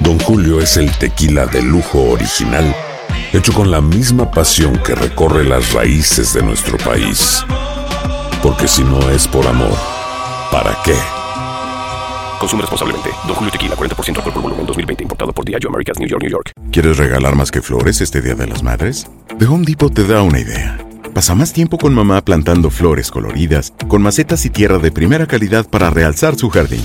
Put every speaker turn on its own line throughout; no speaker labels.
Don Julio es el tequila de lujo original, hecho con la misma pasión que recorre las raíces de nuestro país. Porque si no es por amor, ¿para qué?
Consume responsablemente. Don Julio Tequila, 40% alcohol por volumen, 2020. Importado por Diageo Americas, New York, New York.
¿Quieres regalar más que flores este Día de las Madres? The Home Depot te da una idea. Pasa más tiempo con mamá plantando flores coloridas, con macetas y tierra de primera calidad para realzar su jardín.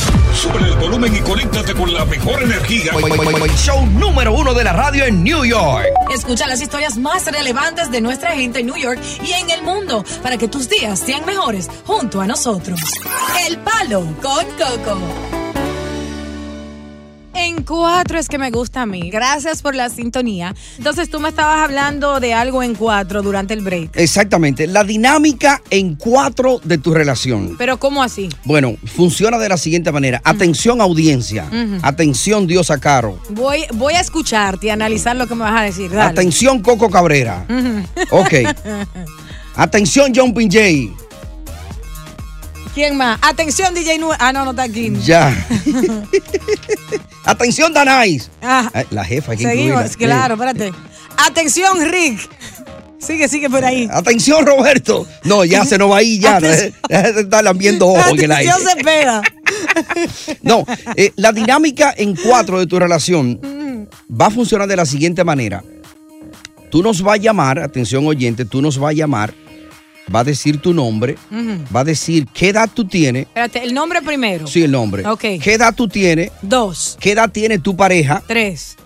Sube el volumen y conéctate con la mejor energía.
Show número uno de la radio en New York.
Escucha las historias más relevantes de nuestra gente en New York y en el mundo para que tus días sean mejores junto a nosotros. El Palo con Coco. En cuatro es que me gusta a mí. Gracias por la sintonía. Entonces tú me estabas hablando de algo en cuatro durante el break.
Exactamente, la dinámica en cuatro de tu relación.
Pero ¿cómo así?
Bueno, funciona de la siguiente manera. Atención audiencia,
Ujú.
atención Diosa Caro,
Voy, voy a escucharte y analizar lo que me vas a decir. Dale.
atención Coco Cabrera,
Ujú.
Ok. atención John Pinjay,
¿Quién más? Atención, DJ Nue. Ah, no, no está aquí.
ya. atención Danais.
Ah,
Ay, La jefa hay que
seguimos,
incluirla. Eh.
claro, espérate. Atención, Rick. Sigue, sigue por ahí.
Eh, Atención Roberto. No, ya se nos va ahí, ya.
Atención.
Deja de estar lambiendo ojos en el aire.
Atención, Cepeda.
No, eh, la dinámica en cuatro de tu relación va a funcionar de la siguiente manera. Tú nos vas a llamar, atención oyente, tú nos vas a llamar, va a decir tu nombre,
Ujú.
va a decir qué edad tú tienes,
Espérate, el nombre primero.
sí, el nombre,
Ok.
qué edad tú tienes,
Dos,
qué edad tiene tu pareja,
tres,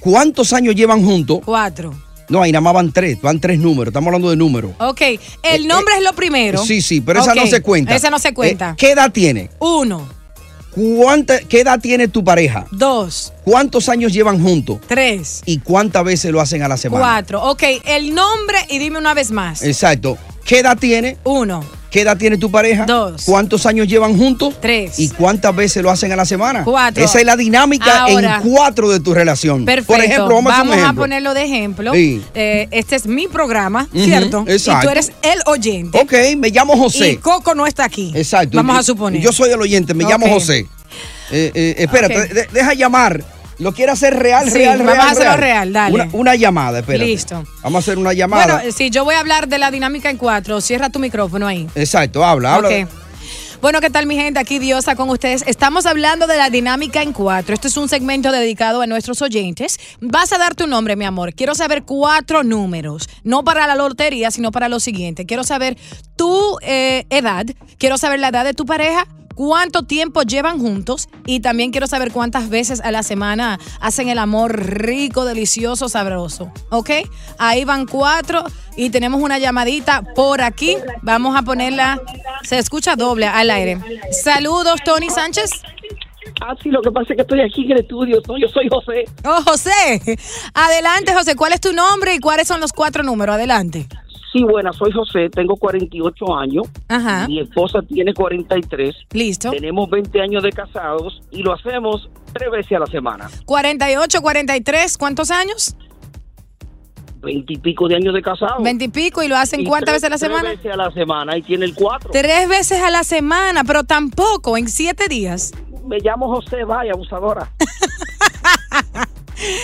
cuántos años llevan juntos.
cuatro.
No, ahí nada más van tres, van tres números, estamos hablando de números.
Ok, el nombre es lo primero.
Eh, Sí, sí, pero esa
Ok,
no se cuenta.
Esa no se cuenta.
Eh, ¿Qué edad tiene?
Uno,
¿Cuánta, ¿Qué edad tiene tu pareja?
dos,
¿Cuántos años llevan juntos?
tres,
y cuántas veces lo hacen a la semana.
cuatro. Ok, el nombre y dime una vez
Eh,
más.
Exacto. ¿Qué edad tiene?
Uno,
¿Qué edad tiene tu pareja?
Dos.
¿Cuántos años llevan juntos?
Tres.
¿Y cuántas veces lo hacen a la semana?
Cuatro.
Esa es la dinámica
Ahora.
en cuatro de tu relación.
Perfecto.
Por ejemplo, vamos, a hacer un ejemplo.
ponerlo de ejemplo.
Sí.
Eh, este es mi programa,
Ujú,
¿cierto? Y
exacto. Oh,
tú eres el oyente.
Ok, me llamo
Y
José.
Coco no está aquí.
Exacto.
Vamos
Yo-
a suponer.
Yo soy el oyente, me
Ok.
llamo José. Eh, eh, espérate,
Ok.
de- deja llamar. Lo quiere hacer real,
Sí,
real, real.
vamos a hacerlo real, dale.
Una, una llamada, espérate.
Listo.
Vamos a hacer una llamada.
Bueno, eh, sí, yo voy a hablar de la dinámica en cuatro. Cierra tu micrófono ahí.
Exacto, habla, habla.
Ok. Bueno, ¿qué tal mi gente? Aquí Diosa con ustedes. Estamos hablando de la dinámica en cuatro. Este es un segmento dedicado a nuestros oyentes. Vas a dar tu nombre, mi amor. Quiero saber cuatro números. No para la lotería, sino para lo siguiente. Quiero saber tu eh, edad. Quiero saber la edad de tu pareja. Cuánto tiempo llevan juntos y también quiero saber cuántas veces a la semana hacen el amor rico, delicioso, sabroso. ¿Ok? Ahí van cuatro y tenemos una llamadita por aquí. Vamos a ponerla. Se escucha doble al aire. Saludos, Tony Sánchez.
Ah, sí, lo que pasa es que estoy aquí en el estudio. No, yo soy José.
Oh, José. Adelante, José. ¿Cuál es tu nombre y cuáles son los cuatro números? Adelante.
Sí, buena, soy José, tengo 48 años.
Ajá.
Mi esposa tiene 43.
Listo.
Tenemos 20 años de casados y lo hacemos tres veces a la semana.
48, 43. ¿Cuántos años?
veintipico de años de casado.
Veintipico y lo hacen
Y
cuántas
tres-
veces a
tres
la semana?
veces a la semana. Ahí tiene el cuatro.
Tres veces a la semana, pero tampoco en siete días.
Me llamo José Vaya, abusadora.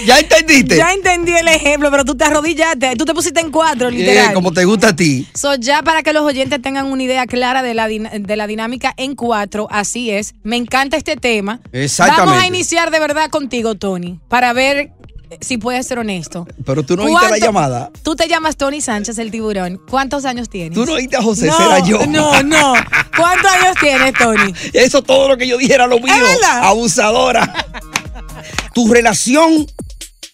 ¿Ya entendiste?
Ya entendí el ejemplo, pero tú te arrodillaste, tú te pusiste en cuatro, literal.
Eh, como te gusta a ti.
So, ya para que los oyentes tengan una idea clara de la, din- de la dinámica en cuatro, así es. Me encanta este tema.
Exactamente.
Vamos a iniciar de verdad contigo, Tony, para ver eh, si puedes ser honesto.
Pero tú no oíste la
¿Cuánto-
llamada.
Tú te llamas Tony Sánchez el tiburón. ¿Cuántos años tienes?
Tú no oíste a José,
No,
será yo.
No, no. ¿Cuántos años tienes, Tony?
Eso todo lo que yo dije era lo mío.
verdad?
Abusadora. tu relación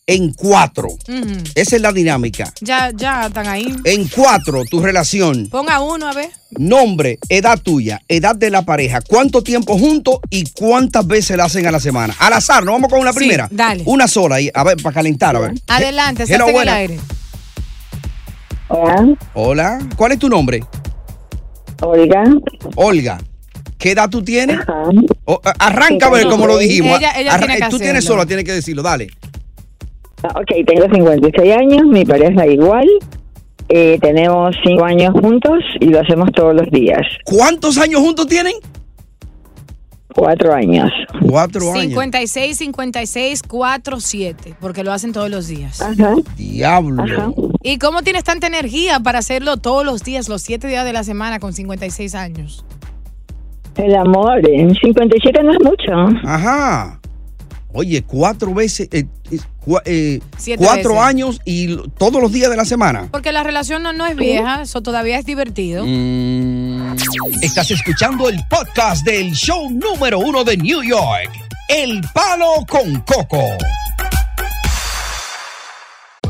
en cuatro.
Ujú.
Esa es la dinámica.
Ya, ya están ahí.
En cuatro, tu relación.
Ponga uno, a ver.
Nombre, edad tuya, edad de la pareja, cuánto tiempo juntos y cuántas veces la hacen a la semana. Al azar, nos vamos con una
Sí,
primera.
dale.
Una sola, y, a ver, para calentar, a ver.
Adelante,
Hello,
salte en el
buena.
aire.
Hola, ¿cuál es tu nombre? Olga. Olga, ¿qué edad tú tienes? O- a- arranca a ver como lo dijimos. eh,
Ella- ella tiene que
tú tienes
hacerlo.
sola, tienes que decirlo, dale.
Ah, Ok, tengo 56 años, mi pareja igual. Eh, tenemos 5 años juntos y lo hacemos todos los días.
¿Cuántos años juntos tienen?
4 años.
4
56, 56, 4, 7. Porque lo hacen todos los días.
Diablo.
¿Y cómo tienes tanta energía para hacerlo todos los días, los siete días de la semana con 56 años?
El amor, en 57 no es mucho.
Ajá. Oye, cuatro veces, eh, eh, cua- eh,
Siete
cuatro
veces.
años y lo- todos los días de la semana.
Porque la relación no, no es vieja, eso todavía es divertido. Mm.
Estás escuchando el podcast del show número uno de New York, El Palo con Coco.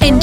En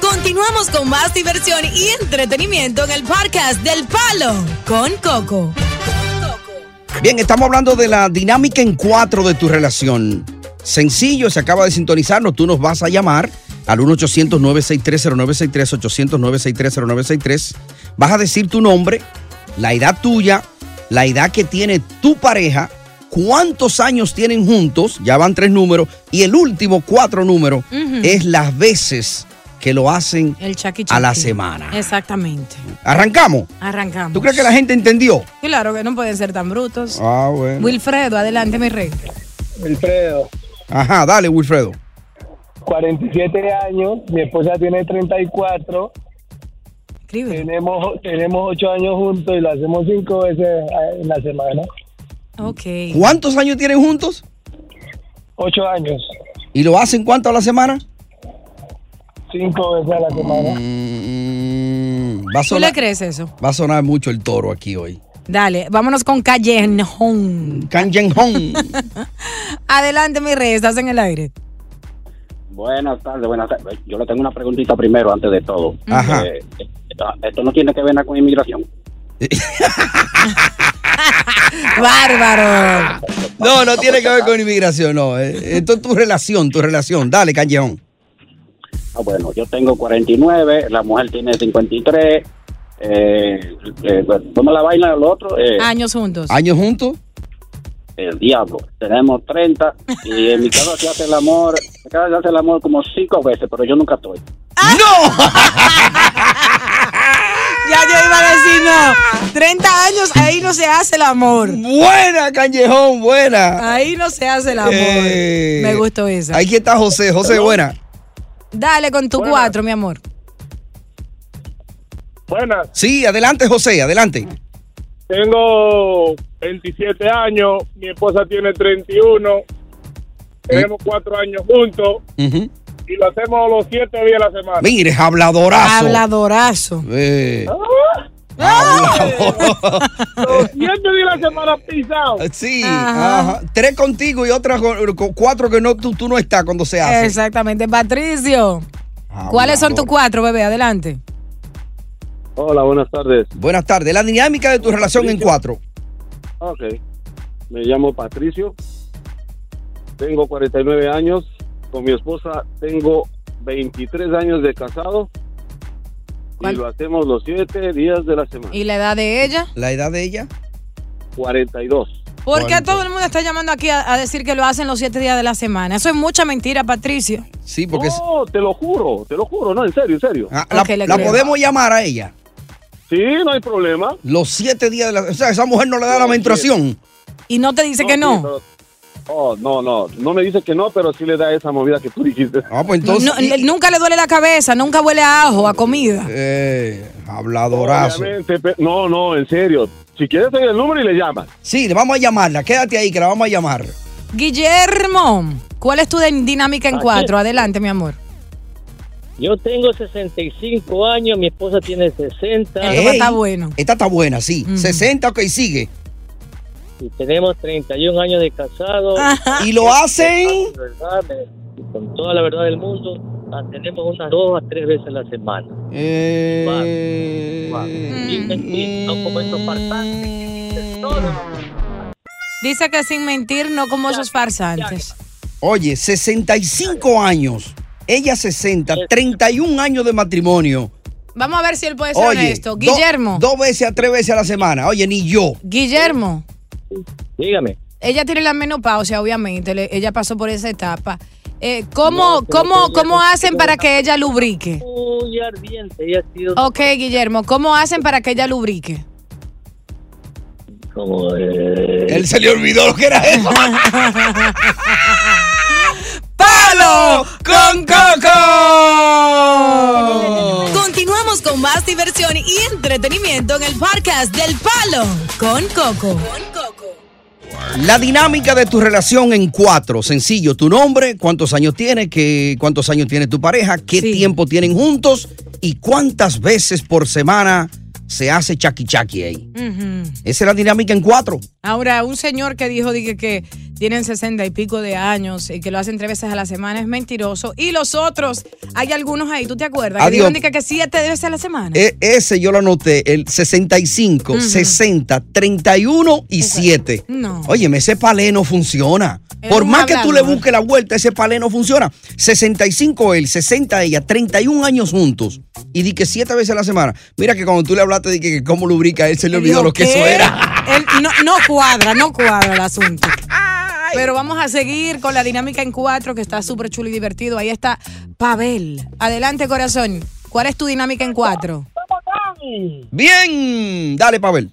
Continuamos con más diversión y entretenimiento en el podcast del Palo con Coco.
Bien, estamos hablando de la dinámica en cuatro de tu relación. Sencillo, se acaba de sintonizarnos, tú nos vas a llamar al 1-800-963-0963, 800-963-0963. Vas a decir tu nombre, la edad tuya, la edad que tiene tu pareja, cuántos años tienen juntos, ya van tres números, y el último cuatro números
Ujú.
es las veces que lo hacen
El Chucky
a la
Chucky.
semana.
Exactamente.
¿Arrancamos?
Arrancamos.
¿Tú crees que la gente entendió?
Claro que no pueden ser tan brutos.
Ah, bueno.
Wilfredo, adelante, mi rey.
Wilfredo,
Ajá, dale, Wilfredo.
47 años, mi esposa tiene 34. Tenemos, tenemos 8 años juntos y lo hacemos 5 veces eh, en la semana.
Ok.
¿Cuántos años tienen juntos?
8 años,
¿Y lo hacen cuánto a la semana?
5 veces a la semana.
Mm, Va a
¿Tú le
sonar,
crees eso?
va a sonar mucho el toro aquí hoy.
Dale, vámonos con Callejón.
Callejón.
adelante, mi rey, estás en el aire.
Buenas tardes, buenas tardes. Yo le tengo una preguntita primero, antes de todo.
Ajá.
Eh, esto, esto no tiene que ver nada con inmigración.
Bárbaro.
No, no tiene que ver con inmigración, no. eh. Esto es tu relación, tu relación. Dale, Callejón.
Ah, bueno, yo tengo 49, la mujer tiene 53. Eh, eh, pues, ¿Cómo la vaina del otro? Eh,
Años juntos.
¿Años juntos?
El diablo. Tenemos 30 y en mi casa se hace el amor acaba de hacer el amor como cinco veces, pero yo nunca estoy.
Ah.
¡No!
Ya yo iba a decir no. 30 años, ahí no se hace el amor.
Buena, Callejón, buena.
Ahí no se hace el amor.
Eh.
Me gustó esa.
Aquí está José. José, buena.
Dale con tu cuatro, mi amor.
Buenas,
Sí, adelante, José, adelante.
tengo 27 años, mi esposa tiene 31, tenemos cuatro años juntos
Ujú.
y lo hacemos los siete días a la semana.
Mire, es habladorazo.
Habladorazo.
Eh,
Los siete días a la semana pisado.
sí, ajá. tres contigo y otras con- con cuatro que no tú, tú no estás cuando se hace. Ah,
Exactamente. Patricio, ¿cuáles son tus cuatro, bebé? Adelante.
Hola, buenas tardes.
Buenas tardes. La dinámica de tu relación en cuatro.
Ok. Me llamo Patricio. Tengo 49 años. Con mi esposa tengo 23 años de casado. Y lo hacemos los 7 días de la semana.
¿Y la edad de ella?
¿La edad de ella?
42.
Porque a todo el mundo está llamando aquí a, a decir que lo hacen los siete días de la semana. Eso es mucha mentira, Patricio.
Sí, porque. Ah,
No, te lo juro, te lo juro, no, en serio, en serio.
La,
Ok, le
la
creo.
podemos llamar a ella.
Sí, no hay problema.
Los siete días de la. O sea, esa mujer no le da la menstruación.
Y no te dice que no.
sí, pero- Oh, no, no, no me dice que no, pero sí le da esa movida que tú dijiste.
Ah, pues
No, le- nunca le duele la cabeza, nunca huele a ajo, a comida.
Eh, habladorazo.
Obviamente, pe- no, no, en serio. Si quieres, te doy el número y le llamas.
Sí, le vamos a llamarla. Quédate ahí que la vamos a llamar.
Guillermo, ¿cuál es tu din- dinámica en cuatro? Adelante, mi amor.
Yo tengo 65 años, mi esposa tiene 60.
Ey, Esta está buena, sí. 60, ok, sigue.
Y tenemos 31 años de casado.
Y lo hacen.
¿Verdad? Me- Con toda la verdad del mundo, la tenemos unas dos a tres veces a la semana.
Eh.
Va, va. Dicen que no como esos farsantes que dicen todo.
Dice que sin mentir, no como esos farsantes.
Oye, 65 años. Ella 60, 31 años de matrimonio.
Vamos a ver si él puede ser
Oye,
honesto.
do-
Guillermo,
dos veces a tres veces a la semana. Oye, ni yo.
Guillermo,
Dígame.
ella tiene la menopausia, obviamente, le- ella pasó por esa etapa. Eh, ¿Cómo, cómo, cómo hacen para que ella lubrique?
Muy ardiente, ella ha sido
Ok, Guillermo, ¿cómo hacen para que ella lubrique?
como... eh,
Él se le olvidó lo que era eso.
¡Palo con Coco! Continuamos con más diversión y entretenimiento en el podcast del Palo con Coco.
La dinámica de tu relación en cuatro. Sencillo, tu nombre, cuántos años tienes, qué, cuántos años tiene tu pareja, qué tiempo tienen juntos y cuántas veces por semana se hace chaki chaki ahí.
Ujú.
Esa es la dinámica en cuatro.
Ahora, un señor que dijo dije, que tienen sesenta y pico de años y que lo hacen tres veces a la semana es mentiroso. Y los otros, hay algunos ahí, ¿tú te acuerdas? Que
Adiós.
dijeron dije, que siete veces a la semana.
E- ese yo lo anoté, el 65,
Ujú.
60, 31 y 7.
No.
Óyeme, ese palé no funciona.
Es
Por
un
más que tú le
hablador.
busques la vuelta, ese palé no funciona. 65 él, 60 ella, 31 años juntos. Y di que siete veces a la semana. Mira que cuando tú le hablaste de que, que cómo lubrica, él se le olvidó
Digo,
lo que
¿qué?
eso era.
Él no, no cuadra, no cuadra el asunto. Pero vamos a seguir con la dinámica en cuatro que está súper chulo y divertido. Ahí está Pavel. Adelante, corazón. ¿Cuál es tu dinámica en cuatro?
Y
Bien, dale, Pavel.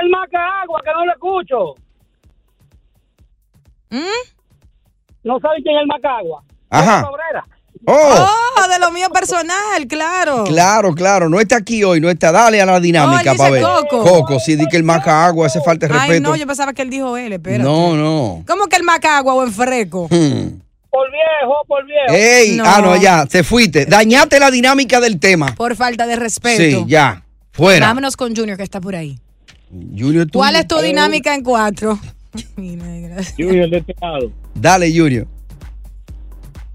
el maca agua que no lo escucho.
¿Mm?
No saben quién es el macagua.
Ajá. Oh,
Oh, de lo mío personal, claro.
claro, claro. No está aquí hoy, no está. Dale a la dinámica,
Oh, él dice
Pavel.
Coco.
sí, di que el maca agua, hace falta de
Ay,
respeto.
no, yo pensaba que él dijo él, espera.
no, no.
¿Cómo que el macagua o en freco?
Hmm.
Por viejo, por viejo.
Ey, ah, no, ya, te fuiste. Dañaste la dinámica del tema.
Por falta de respeto.
Sí, ya, fuera.
Vámonos con Junior que está por ahí.
Junior, tú- Ah,
¿Cuál es tu dinámica en cuatro? Mira, gracias.
Junior, de este lado.
Dale, Junior.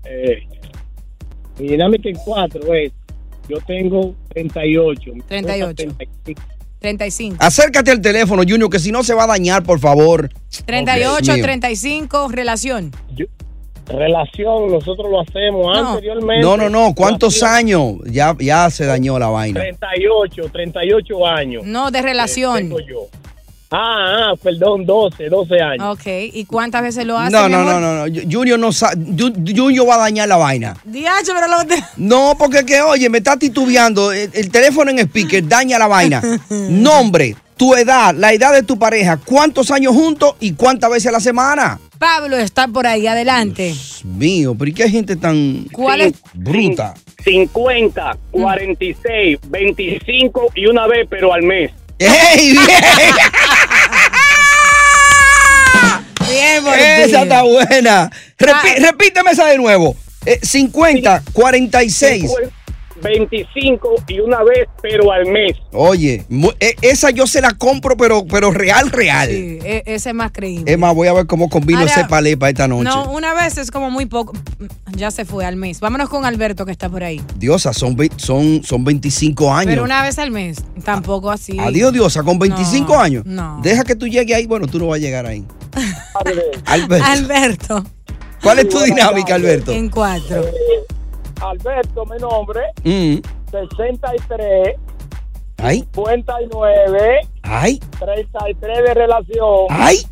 Eh, mi dinámica en cuatro es, yo tengo 38. mi esposa
38.
35.
35.
Acércate al teléfono, Junior, que si no se va a dañar, por favor.
38,
Dios mío.
35, relación.
Relación, nosotros lo hacemos
No.
anteriormente.
No, no, no, ¿cuántos años? Ya, ya se dañó la vaina.
38, 38 años. Este,
No, de relación.
Tengo yo. Ah, ah, perdón, 12, 12 años.
Ok, ¿y cuántas veces lo hace?
No,
mi
no,
amor?
no, no, no. Junior no sa- Ju- Junior va a dañar la vaina.
Diache, pero lo
No, porque que, oye, me está titubeando. El, el teléfono en speaker daña la vaina. Nombre, tu edad, la edad de tu pareja, cuántos años juntos y cuántas veces a la semana.
Pablo está por ahí, adelante.
Mío, pero ¿y qué gente tan
¿Cuál es?
bruta?
50, 46, 25 y una vez, pero al mes.
¡Ey, bien!
Bien, Ah.
Esa está buena. Repi- Repíteme esa de nuevo. Eh, 50, 46.
25 y una vez, pero al mes.
Oye, mu- e- esa yo se la compro, pero, pero real, real.
Sí, e- ese es más creíble.
Es más, voy a ver cómo combino
Ahora-
ese palé para esta noche.
No, una vez es como muy poco. Ya se fue al mes. Vámonos con Alberto que está por ahí.
Diosa, son, ve- son, son 25 años.
Pero una vez al mes, tampoco así.
Adiós, Diosa, con 25
No,
años.
no.
Deja que tú llegues ahí. Bueno, tú no vas a llegar ahí. Alberto,
Alberto,
¿cuál es tu dinámica, Alberto?
en cuatro.
Eh, Alberto, mi nombre,
Mm,
63,
Ay,
59,
ay,
33 de relación.
ay.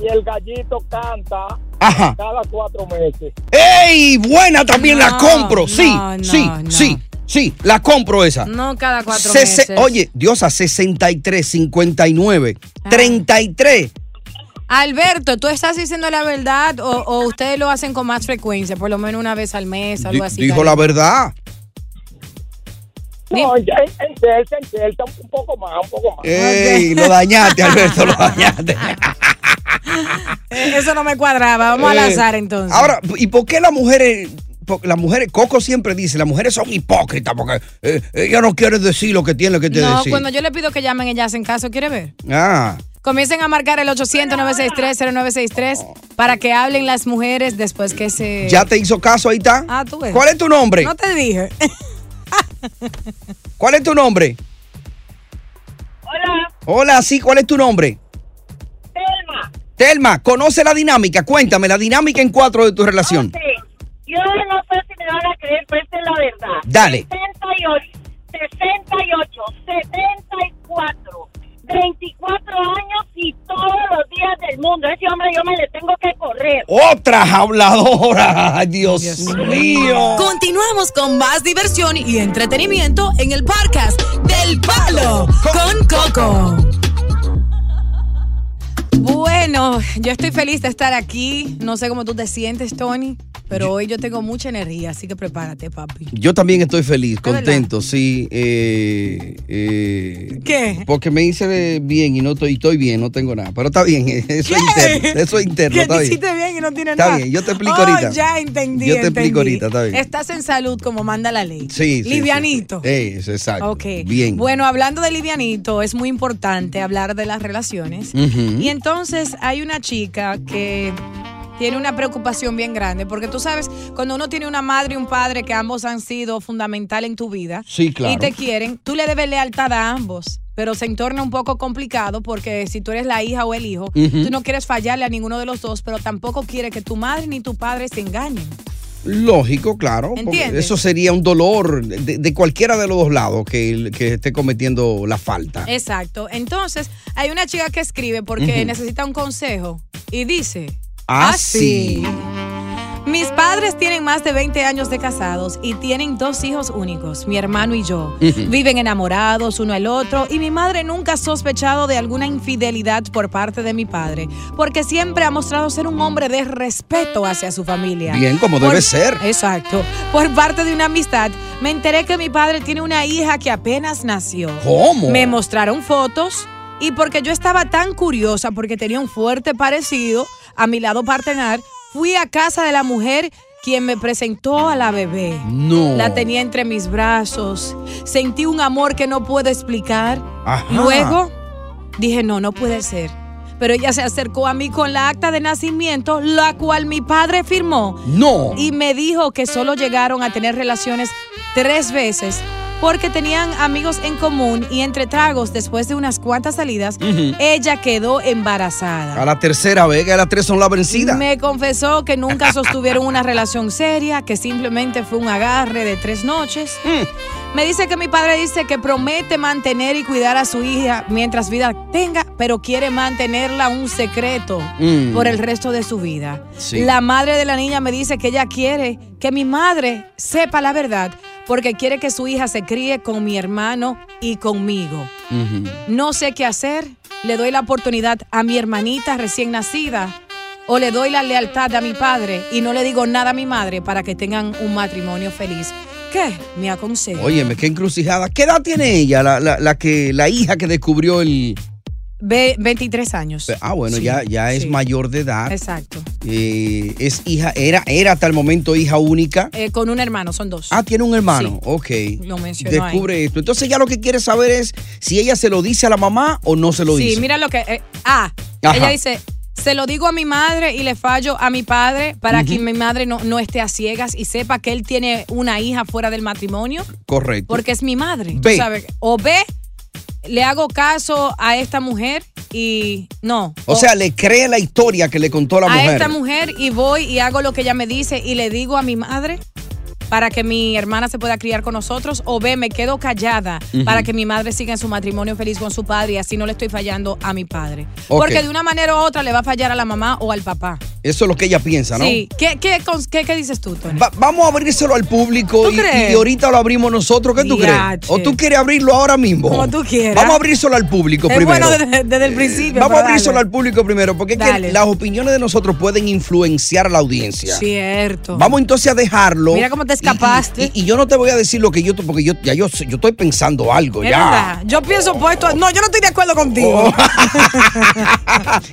Y el gallito canta
Ajá.
cada cuatro meses.
¡Ey! Buena también la
No,
compro. Sí,
no, no,
sí,
no.
sí, sí. La compro esa.
No cada cuatro
Sese-
meses.
Oye, Diosa, 63, 59,
Ah.
33.
Alberto, ¿tú estás diciendo la verdad o, o ustedes lo hacen con más frecuencia? Por lo menos una vez al mes, algo
Di-
así.
dijo la verdad.
No, en, en Delta, en Delta, un poco más, un poco más.
¡Ey! Lo dañaste, Alberto, lo dañaste.
Eh, Eso no me cuadraba. Vamos a
Eh,
lanzar entonces.
Ahora, ¿y por qué las mujeres, por- las mujeres, Coco siempre dice, las mujeres son hipócritas porque eh, ellas no quieren decir lo que tienen que te
no,
decir?
cuando yo le pido que llamen, ellas hacen caso. ¿Quiere ver?
Ah,
Comiencen a marcar el 800-963-0963 para que hablen las mujeres después que se.
ya te hizo caso, ahí está.
Ah, tú ves.
¿Cuál es tu nombre?
No te dije.
¿Cuál es tu nombre? Hola. Hola, sí, ¿cuál es tu nombre?
Telma.
Telma, conoce la dinámica, cuéntame la dinámica en cuatro de tu relación.
Sí. Yo no sé si me van a creer, pero esta es la verdad.
Dale.
68, 68, 74, 24 años y todos los días del mundo. Ese hombre yo me le tengo que correr.
Otra habladora, Dios,
Eh,
mío.
Continuamos con más diversión y entretenimiento en el podcast del Palo con Coco. Bueno, yo estoy feliz de estar aquí. No sé cómo tú te sientes, Tony, pero hoy yo tengo mucha energía, así que prepárate, papi.
Yo también estoy feliz, contento, sí. eh, eh,
¿Qué?
Porque me hice bien y no estoy, estoy bien, no tengo nada. Pero está bien, eso es interno, eso es interno,
Que
está
te
bien.
hiciste bien y no tienes
Está
nada.
bien, yo te explico
Oh,
ahorita.
Ya entendí.
Yo te
entendí.
explico ahorita, está bien.
Estás en salud como manda la ley.
Sí, sí, sí.
Livianito.
Eh, eso, exacto.
Ok.
Bien.
Bueno, hablando de livianito, es muy importante hablar de las relaciones.
Ujú.
Y entonces hay una chica que tiene una preocupación bien grande, porque tú sabes, cuando uno tiene una madre y un padre que ambos han sido fundamental en tu vida
Sí, claro.
y te quieren, tú le debes lealtad a ambos. Pero se entorna un poco complicado porque si tú eres la hija o el hijo,
Ujú.
tú no quieres fallarle a ninguno de los dos, pero tampoco quieres que tu madre ni tu padre se engañen.
Lógico, claro. porque
¿Entiendes?
Eso sería un dolor de, de cualquiera de los dos lados que, el- que esté cometiendo la falta.
Exacto. Entonces, hay una chica que escribe porque
Ujú. Ah,
necesita un consejo y dice, Ah,
Así.
mis padres tienen más de 20 años de casados y tienen dos hijos únicos, mi hermano y yo.
Ujú.
Viven enamorados uno al otro y mi madre nunca ha sospechado de alguna infidelidad por parte de mi padre, porque siempre ha mostrado ser un hombre de respeto hacia su familia.
Bien, como debe ser.
Exacto. Por parte de una amistad, me enteré que mi padre tiene una hija que apenas nació.
¿Cómo?
Me mostraron fotos y porque yo estaba tan curiosa, porque tenía un fuerte parecido a mi lado partenar, fui a casa de la mujer quien me presentó a la bebé.
No.
La tenía entre mis brazos. Sentí un amor que no puedo explicar.
Ajá.
Luego dije, no, no puede ser. Pero ella se acercó a mí con la acta de nacimiento, la cual mi padre firmó.
No.
Y me dijo que solo llegaron a tener relaciones tres veces porque tenían amigos en común y entre tragos, después de unas cuantas salidas, ella quedó embarazada.
A la tercera vez, que las tres son la vencida.
Me confesó que nunca sostuvieron una relación seria, que simplemente fue un agarre de tres noches.
Mm.
Me dice que mi padre dice que promete mantener y cuidar a su hija mientras vida tenga, pero quiere mantenerla un secreto
Mm.
por el resto de su vida.
Sí.
La madre de la niña me dice que ella quiere que mi madre sepa la verdad porque quiere que su hija se críe con mi hermano y conmigo. No sé qué hacer. Le doy la oportunidad a mi hermanita recién nacida o le doy la lealtad a mi padre y no le digo nada a mi madre para que tengan un matrimonio feliz. ¿Qué me aconseja?
Óyeme, qué encrucijada. ¿Qué edad tiene ella, la, la- la que, la hija que descubrió el...
Ve- 23 años.
Ah, bueno,
Sí,
ya, ya es
sí.
mayor de edad.
Exacto.
Eh, es hija, era, era hasta el momento hija única.
Eh, con un hermano, son dos.
Ah, tiene un hermano. Ok.
Lo mencionó ahí.
Descubre esto. Entonces ya lo que quiere saber es si ella se lo dice a la mamá o no se lo
sí,
dice.
mira lo que. eh, ah,
Ajá.
ella dice. Se lo digo a mi madre y le fallo a mi padre para
Ujú.
que mi madre no, no esté a ciegas y sepa que él tiene una hija fuera del matrimonio
Correcto.
porque es mi madre. tú
Ve.
sabes. O B, le hago caso a esta mujer y no.
O sea, le cree la historia que le contó la
a
mujer.
esta mujer y voy y hago lo que ella me dice y le digo a mi madre para que mi hermana se pueda criar con nosotros o B, me quedo callada
Ujú.
para que mi madre siga en su matrimonio feliz con su padre y así no le estoy fallando a mi padre.
Ok.
Porque de una manera u otra le va a fallar a la mamá o al papá.
Eso es lo que ella piensa, ¿no?
Sí. ¿Qué, qué, cons- qué- qué dices tú, Tony?
Va- vamos a abrírselo al público
¿Tú
y,
crees?
y ahorita lo abrimos nosotros. ¿Qué tú crees?
Diache.
¿O tú quieres abrirlo ahora mismo?
Como tú quieras.
Vamos a abrírselo al público
Es
primero. Eh,
bueno desde, desde el principio.
Vamos a
para
abrírselo
darle.
al público primero, porque es que
Dale.
las opiniones de nosotros pueden influenciar a la audiencia.
Cierto.
Vamos entonces a dejarlo.
Mira cómo te escapaste.
Y, y yo no te voy a decir lo que yo, porque yo, ya yo, yo estoy pensando algo
Es
ya.
verdad. Yo pienso
Oh.
opuesto. No, yo no estoy de acuerdo contigo.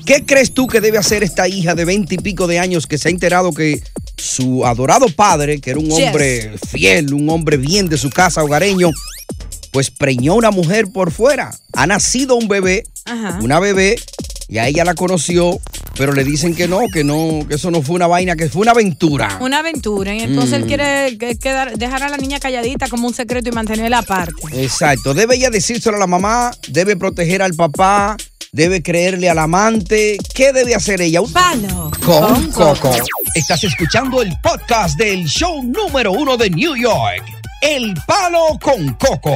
¿Qué crees tú que debe hacer esta hija de veinte y pico de años que se ha enterado que su adorado padre, que era un
Yes.
hombre fiel, un hombre bien de su casa hogareño, pues preñó a una mujer por fuera? Ha nacido un bebé,
Ah.
Ajá.
una bebé, y a ella la conoció, pero le dicen que no, que no, que eso no fue una vaina, que fue una aventura.
Una aventura. Y entonces
Mm.
él quiere que- quedar- dejar a la niña calladita como un secreto y mantenerla aparte.
Exacto. Debe ella decírselo a la mamá, debe proteger al papá, debe creerle al amante. ¿Qué debe hacer ella? Un
palo.
Con coco. Estás escuchando el podcast del show número uno de New York. El palo con coco.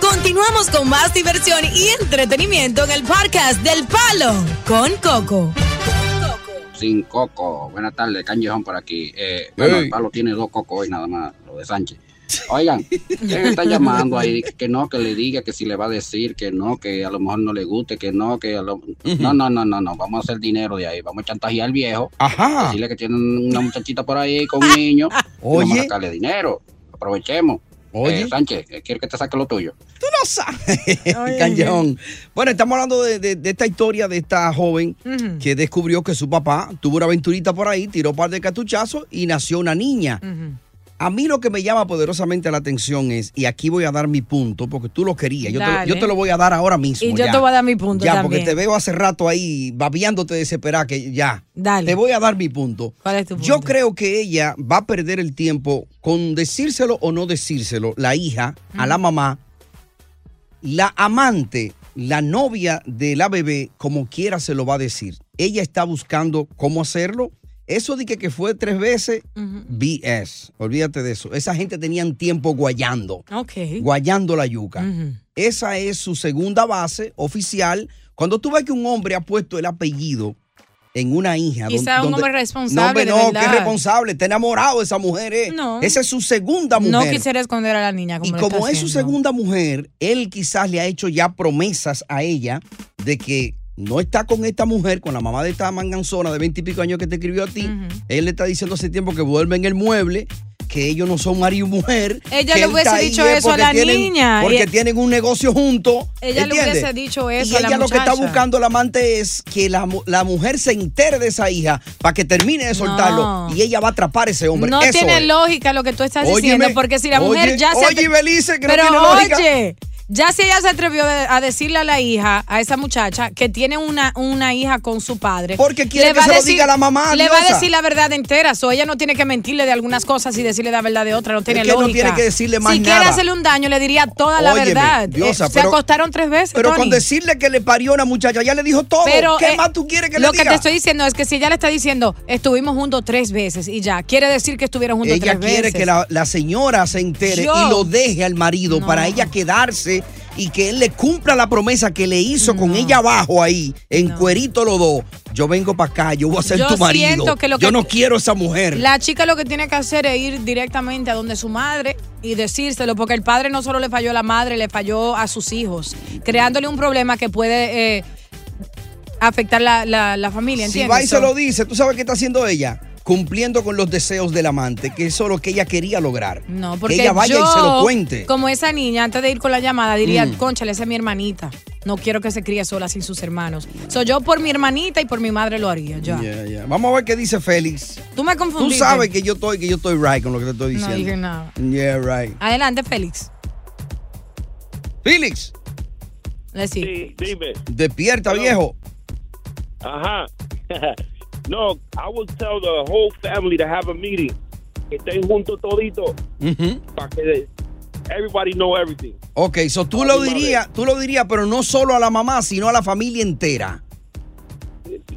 Continuamos con más diversión y entretenimiento en el podcast del Palo con Coco.
Sin coco. Buenas tardes, Canjejón por aquí. Eh, bueno,
Hey.
el palo tiene dos cocos hoy nada más, lo de Sánchez. Oigan, ¿quién está llamando ahí? Que no, que le diga, que si le va a decir, que no, que a lo mejor no le guste, que no, que a lo... No, no, no, no, no, vamos a hacer dinero de ahí, vamos a chantajear al viejo.
Ajá.
Decirle que tiene una muchachita por ahí con un niño. y Vamos
Oye.
a sacarle dinero, aprovechemos.
Oye.
Eh, Sánchez, eh, quiero que te saque lo tuyo.
Tú no sabes. Cañón. Bueno, estamos hablando de, de- de esta historia de esta joven
Ujú.
que descubrió que su papá tuvo una aventurita por ahí, tiró un par de cartuchazos y nació una niña. A mí lo que me llama poderosamente la atención es, y aquí voy a dar mi punto, porque tú lo querías, yo, te, lo-
Dale.
yo te lo voy a dar ahora mismo.
Y yo
ya.
te voy a dar mi punto
Ya,
también.
porque te veo hace rato ahí babiándote desesperada que ya.
Dale.
Te voy a dar mi punto.
¿Cuál es tu punto?
Yo creo que ella va a perder el tiempo con decírselo o no decírselo, la hija, a la mamá, la amante, la novia de la bebé, como quiera se lo va a decir. Ella está buscando cómo hacerlo Eso de que, que fue tres veces, BS. Olvídate de eso. Esa gente tenían tiempo guayando.
Ok.
Guayando la yuca.
Mm.
Esa es su segunda base oficial. Cuando tú ves que un hombre ha puesto el apellido en una hija.
Quizá
don-
un hombre responsable,
hombre,
de
No, que
verdad.
responsable. Está enamorado de esa mujer. eh.
No.
Esa es su segunda mujer.
No quisiera esconder a la niña. Como
Y
lo
como
está
es su
haciendo.
segunda mujer, él quizás le ha hecho ya promesas a ella de que no está con esta mujer, con la mamá de esta manganzona de veintipico años que te escribió a ti. Él le está diciendo hace tiempo que vuelve en el mueble, que ellos no son marido y mujer.
Ella
que
le
él
hubiese
está ahí
dicho
es
eso a
porque
la
tienen-
niña.
Porque
Y- e-
tienen un negocio juntos.
Ella le
¿entiendes?
hubiese dicho eso
Y
a la
ella lo que está
muchacha.
buscando el amante es que la, mu- la mujer se entere de esa hija para que termine de soltarlo y ella va a atrapar a ese hombre.
No
Eso
tiene
es.
lógice lo que tú estás
Óyeme,
diciendo, porque si la mujer
oye,
ya se.
oye, Belice, que no
Pero
tiene lógica.
oye, ya si ella se atrevió de- a decirle a la hija, a esa muchacha, que tiene una, una hija con su padre.
Porque quiere
le
que
va
se
a
lo diga la mamá,
Le va a
diosa.
decir la verdad entera. So, ella no tiene que mentirle de algunas cosas y decirle la verdad de otra. No tiene
que no
lógica.
tiene que decirle más
si quiere
nada.
hacerle un daño, le diría toda la
Óyeme,
verdad.
diosa,
Eh, se
pero-
acostaron tres veces.
Pero con
Tony.
decirle que le parió una muchacha, ya le dijo todo.
Pero,
¿Qué
eh,
más tú quieres que
Lo
le diga?
que te estoy diciendo es que si ella le está diciendo estuvimos juntos tres veces y ya, quiere decir que estuvieron juntos
ella
tres
quiere
veces.
que la, la señora se entere
Yo-
y lo deje al marido para ella quedarse y que él le cumpla la promesa que le hizo con ella abajo ahí, en cuerito los dos. Yo vengo para acá, yo voy a ser
Yo
tu marido.
siento que lo
yo
que-
no quiero esa mujer.
La chica lo que tiene que hacer es ir directamente a donde su madre y decírselo, porque el padre no solo le falló a la madre, le falló a sus hijos, creándole un problema que puede eh, afectar la, la- la familia.
Si
¿entiendes?
va y se lo dice, ¿tú sabes qué está haciendo ella? Cumpliendo con los deseos del amante, que eso es lo que ella quería lograr.
No, porque
ella vaya
yo,
y se lo cuente.
Como esa niña, antes de ir con la llamada, diría,
Mm.
concha, esa es mi hermanita. No quiero que se críe sola sin sus hermanos. So, yo por mi hermanita y por mi madre lo haría. Ya.
Ya, ya. Vamos a ver qué dice Félix.
Tú me
Tú
confundiste.
sabes que yo estoy, que yo estoy right con lo que te estoy
No
diciendo.
dije nada.
Yeah, right.
Adelante, Félix.
Félix,
Let's see.
Dime.
despierta, viejo.
Ajá. no, I would tell the whole family to have a meeting. Que estén juntos todito. Para que de- everybody know everything.
Ok, so tú lo dirías, tú lo dirías, pero no solo a la mamá, sino a la familia entera.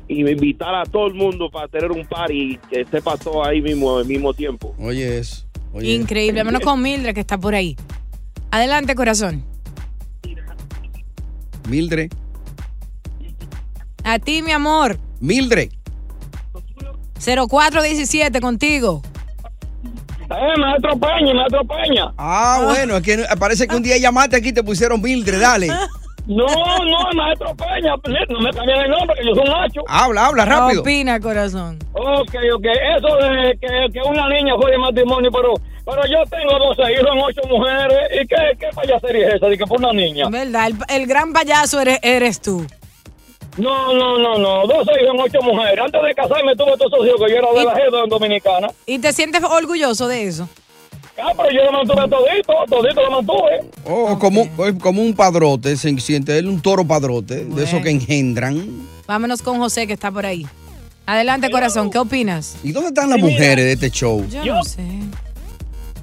Y me invitar a todo el mundo para tener un party que sepa todo ahí mismo al mismo tiempo.
Oye, eso.
Increíble, al menos con Mildred que está por ahí. Adelante, corazón.
Mildred.
A ti, mi amor.
Mildred.
0417 contigo.
Eh, me atropella, me atropella.
Ah, bueno, es que parece que un día llamaste aquí y te pusieron Mildred, dale.
No, no, maestro Peña, no me cambien el nombre, que yo soy macho.
Habla, habla rápido.
Opina, corazón.
Ok, ok, eso de que, que una niña fue de matrimonio, pero pero yo tengo 12 hijos en 8 mujeres, ¿y qué, qué payasería es esa de que por una niña?
¿Verdad? El, el gran payaso eres, eres tú.
No, no, no, no, 12 hijos en 8 mujeres. Antes de casarme tuve todos esos hijos que yo era de la jeva en Dominicana.
¿Y te sientes orgulloso de eso?
Ah, pero yo lo mantuve todito, todito lo mantuve.
Oh, como, un- como un padrote, se siente él un toro padrote, de esos que engendran.
Vámonos con José que está por ahí. Adelante, corazón. ¿Qué opinas?
¿Y dónde están las mujeres de este show?
Yo no sé.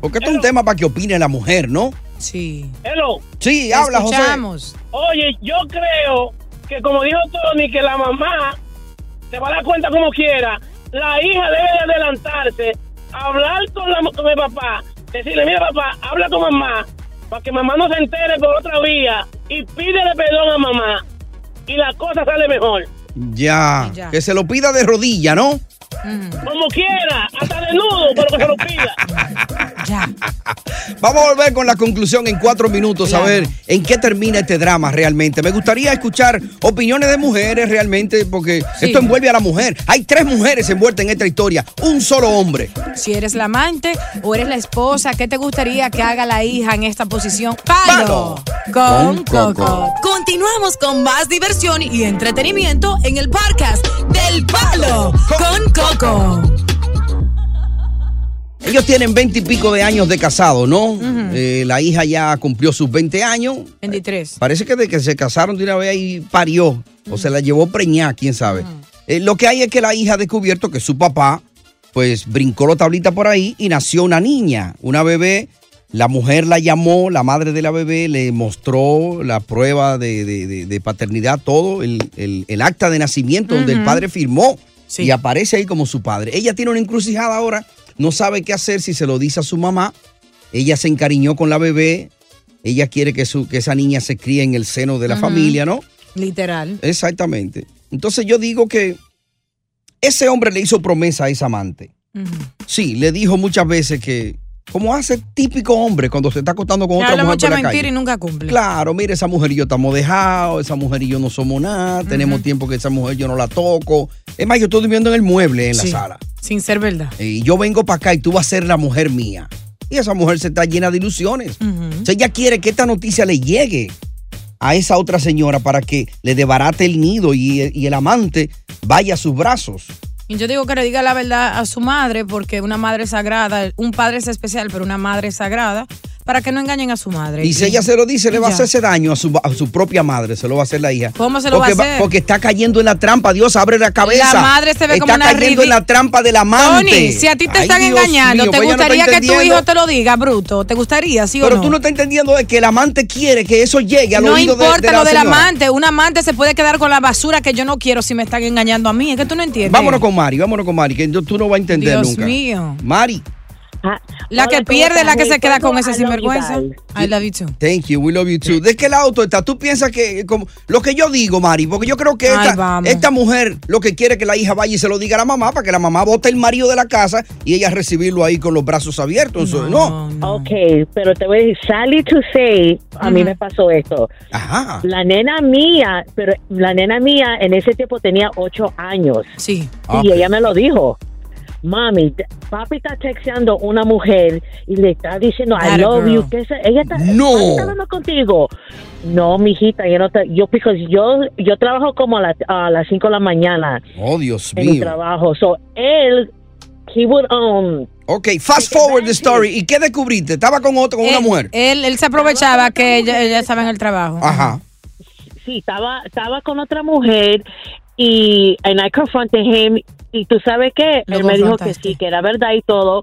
Porque esto es un tema para que opine la mujer, ¿no?
Sí.
Hello.
Sí, habla, José.
Oye, yo creo que como dijo Tony, que la mamá se va a dar cuenta como quiera, la hija debe de adelantarse, hablar con, la, con el papá, decirle, mira papá, habla con mamá, para que mamá no se entere por otra vía y pídele perdón a mamá y la cosa sale mejor.
Ya.
Ya.
Que se lo pida de rodilla, ¿no?
Como quiera, hasta desnudo, pero que se lo pida.
Vamos a volver con la conclusión en cuatro minutos, a ver en qué termina este drama realmente. Me gustaría escuchar opiniones de mujeres realmente, porque esto envuelve a la mujer. Hay tres mujeres envueltas en esta historia, un solo hombre.
Si eres la amante o eres la esposa, ¿qué te gustaría que haga la hija en esta posición? ¡Palo! Con Coco. Continuamos con más diversión y entretenimiento en el podcast del Palo con Coco.
Ellos tienen veinte y pico de años de casado, ¿no? Eh, la hija ya cumplió sus 20 años.
23.
Parece que de que se casaron de una vez ahí parió, o se la llevó preñada, quién sabe. Eh, lo que hay es que la hija ha descubierto que su papá, pues brincó la tablita por ahí y nació una niña, una bebé. La mujer la llamó, la madre de la bebé le mostró la prueba de, de- de- de paternidad, todo, el, el- el acta de nacimiento donde el
Ujú.
padre firmó. y aparece ahí como su padre. Ella tiene una encrucijada ahora, no sabe qué hacer si se lo dice a su mamá. Ella se encariñó con la bebé, ella quiere que, su, que esa niña se críe en el seno de la
Ujú.
familia, ¿no?
Literal.
Exactamente. Entonces yo digo que ese hombre le hizo promesa a esa amante. Sí, le dijo muchas veces que, como hace típico hombre cuando se está acostando con
Le
otra
habla
mujer
mucha
por la
mentira
calle.
y nunca cumple.
Claro, mira, esa mujer y yo estamos dejados, esa mujer y yo no somos nada, tenemos tiempo que esa mujer yo no la toco. Es más, yo estoy durmiendo en el mueble en
Sí,
la sala.
Sin ser verdad.
Y yo vengo para acá y tú vas a ser la mujer mía. Y esa mujer se está llena de ilusiones. O sea, ella quiere que esta noticia le llegue a esa otra señora para que le debarate el nido y, y el amante vaya a sus brazos.
Y yo digo que le diga la verdad a su madre, porque una madre es sagrada, un padre es especial, pero una madre es sagrada, para que no engañen a su madre.
Y si ella se lo dice, le va a
Ya.
hacer ese daño a su, a su propia madre, se lo va a hacer la hija.
¿Cómo se lo
porque
va a hacer?
Porque está cayendo en la trampa, Dios, abre la cabeza.
La madre se ve
está
como una
cayendo en
ridi-
la trampa del amante.
Tony, si a ti te
Ay,
están
Dios
engañando,
mío,
¿te
pues ella no está
gustaría que tu
entendiendo.
hijo te lo diga, bruto? ¿Te gustaría, sí o
Pero
no?
tú no estás entendiendo de que el amante quiere que eso llegue al
no
oído de-
importa
de la
lo del
señora.
amante, un amante se puede quedar con la basura que yo no quiero si me están engañando a mí, es que tú no entiendes.
Vámonos con Mari, vámonos con Mari, que yo- tú no vas a entender
Dios
nunca.
mío.
Mari.
La que pierde, la que se queda con ese sinvergüenza. I love you too.
Thank you, we love you too. ¿De qué lado tú estás? Tú piensas que, eh, como, lo que yo digo, Mari, porque yo creo que
Ay,
esta,
vamos.
esta mujer lo que quiere es que la hija vaya y se lo diga a la mamá para que la mamá bote el marido de la casa y ella recibirlo ahí con los brazos abiertos. Eso, No.
Mm.
Ok, pero te voy a decir, Sally to say, a mí me pasó esto. La nena mía, pero la nena mía en ese tiempo tenía ocho años.
Sí.
Y ella me lo dijo. Mami, te- papi está texteando una mujer y le está diciendo
That
I love
girl.
you. que esa- ella está,
no.
está hablando contigo. No, mijita, yo no te- yo, because yo, yo trabajo como a, la- a las 5 de la mañana
Oh, Dios
en mi
mío.
trabajo. So, él, he would, um,
Ok, fast forward the story. ¿Y qué descubriste? Estaba con otro, con una
Él-
mujer.
Él, él se aprovechaba que ella, ella estaba en el trabajo.
Ajá.
sí, estaba, estaba con otra mujer y and I confronted him y tú sabes qué,
Lo
él me dijo que
confrontaste.
sí, que era verdad y todo,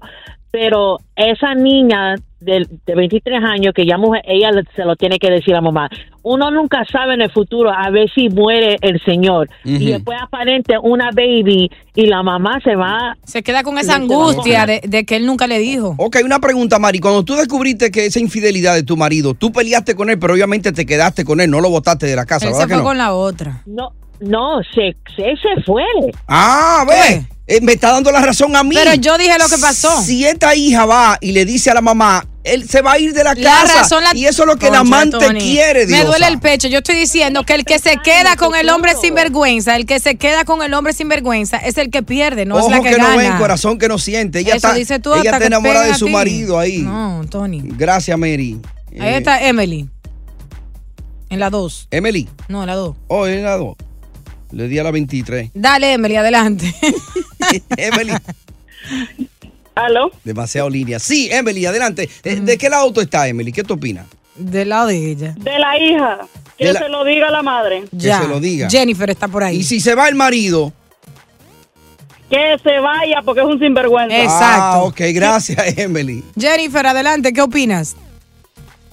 pero esa niña de, de 23 años que ya mujer, ella le- se lo tiene que decir a mamá. Uno nunca sabe en el futuro a ver si muere el señor
Ujú.
y después aparente una baby y la mamá se va
Se queda con esa angustia de, de que él nunca le dijo.
Ok, una pregunta, Mari. Cuando tú descubriste que esa infidelidad de tu marido, tú peleaste con él, pero obviamente te quedaste con él, no lo botaste de la casa,
Él
¿verdad
se
que
fue
no?
con la otra.
No, no, se, se, se fue.
Ah, ve. eh, me está dando la razón a mí.
Pero yo dije lo que pasó.
Si esta hija va y le dice a la mamá, él se va a ir de la, casa. y eso es lo que el
Concha,
amante
Tony.
quiere, Dios.
Me duele el pecho. Yo estoy diciendo que el que se queda con el hombre sin vergüenza, el que se queda con el hombre sin vergüenza es el que pierde, no
Ojo
es la que,
que, no ven,
gana.
corazón que no siente. Ella
Eso
está,
dices tú,
ella
hasta
está
que
enamorada
pega
de
a
su
ti.
marido ahí.
No, Tony.
Gracias, Mary.
Ahí
Eh,
está Emily. En la 2.
Emily.
No, la 2.
Oh, es la dos. Le di a la 23.
Dale, Emily, adelante.
Emily.
¿Aló?
Demasiado línea. Sí, Emily, adelante. Eh, ¿De qué lado tú estás, Emily? ¿Qué tú opinas?
Del lado de ella.
De la hija. Que
De la-
se lo diga a la madre.
Que se lo diga.
Jennifer está por ahí.
Y si se va el marido.
Que se vaya porque es un sinvergüenza.
Ah, ok, gracias, Emily.
Jennifer, adelante, ¿qué opinas?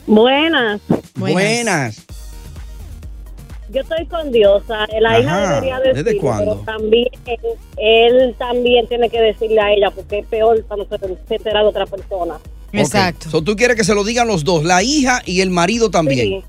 Buenas.
Buenas.
Yo estoy con Diosa. eh, La
Ajá,
hija debería
¿desde
decirlo,
cuándo?
pero también él, él también tiene que decirle a ella porque es peor cuando se, se entera de otra persona.
Exacto. So, tú quieres que se lo digan los dos, la hija y el marido también.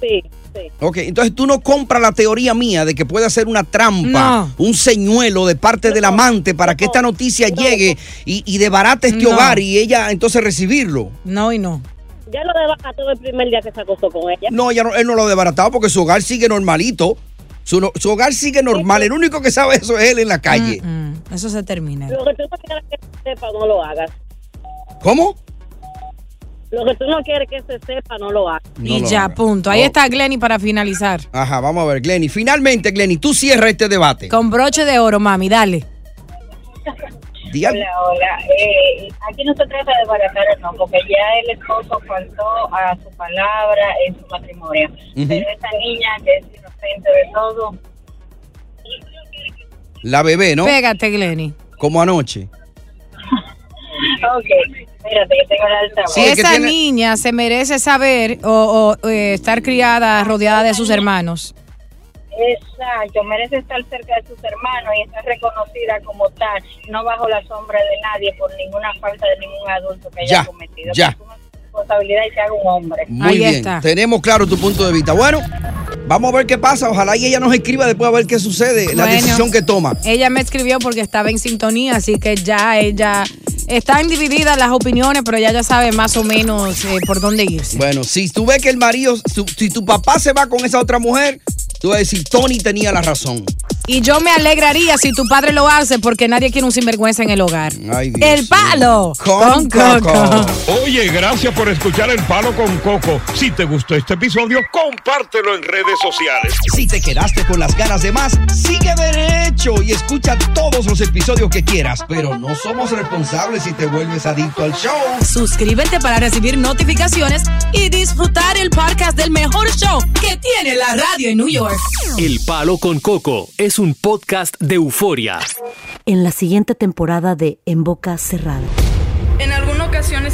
Sí, sí.
Ok, entonces tú no compras la teoría mía de que puede hacer una trampa, un señuelo de parte del amante para que esta noticia llegue y, y debarate este
No.
hogar y ella entonces recibirlo.
No y no.
Ya lo debarató el primer día que se acostó con ella.
No, ella no, él no lo ha debaratado porque su hogar sigue normalito. Su, no- su hogar sigue normal. El único que sabe eso es él en la calle.
Eso se termina.
Lo que tú no quieres que se sepa, no lo hagas.
¿Cómo?
Lo que tú no quieres que se sepa, no lo hagas.
No
Y
lo
ya,
haga.
punto. Ahí
Oh.
está Glenny para finalizar.
Ajá, vamos a ver, Glenny. Finalmente, Glenny, tú cierras este debate.
Con broche de oro, mami, dale.
Di algo.
Hola, hola. Eh, aquí no se trata de baratar o no, porque ya el esposo faltó a su palabra en su matrimonio.
Ujú.
Pero esta niña que es inocente de todo,
La bebé, ¿no?
Pégate, Glenny.
Como anoche.
Ok, espérate, que tengo el altavoz.
Esa niña se merece saber o, o, eh, estar criada rodeada de sus hermanos.
Exacto, merece estar cerca de sus hermanos y estar reconocida como tal, no bajo la sombra de nadie por ninguna falta de ningún adulto que haya
Ya,
cometido.
ya.
Asuma su responsabilidad y se haga un hombre.
Muy bien, tenemos claro tu punto de vista. Bueno, vamos a ver qué pasa. Ojalá y ella nos escriba después a ver qué sucede, la
Bueno.
decisión que toma.
Ella me escribió porque estaba en sintonía, así que ya ella están divididas las opiniones, pero ella ya sabe más o menos eh, por dónde irse.
Bueno, si tú ves que el marido, su- si tu papá se va con esa otra mujer, tú vas a decir, Tony tenía la razón.
Y yo me alegraría si tu padre lo hace porque nadie quiere un sinvergüenza en el hogar.
Ay,
el palo
Con
con coco.
Oye, gracias por escuchar El Palo con Coco. Si te gustó este episodio, compártelo en redes sociales.
Si te quedaste con las ganas de más, sigue derecho y escucha todos los episodios que quieras. Pero no somos responsables si te vuelves adicto al show.
Suscríbete para recibir notificaciones y disfrutar el podcast del mejor show que tiene la radio en New York.
El Palo con Coco es un podcast de euforia.
en la siguiente temporada de En Boca Cerrada.
En alguna ocasión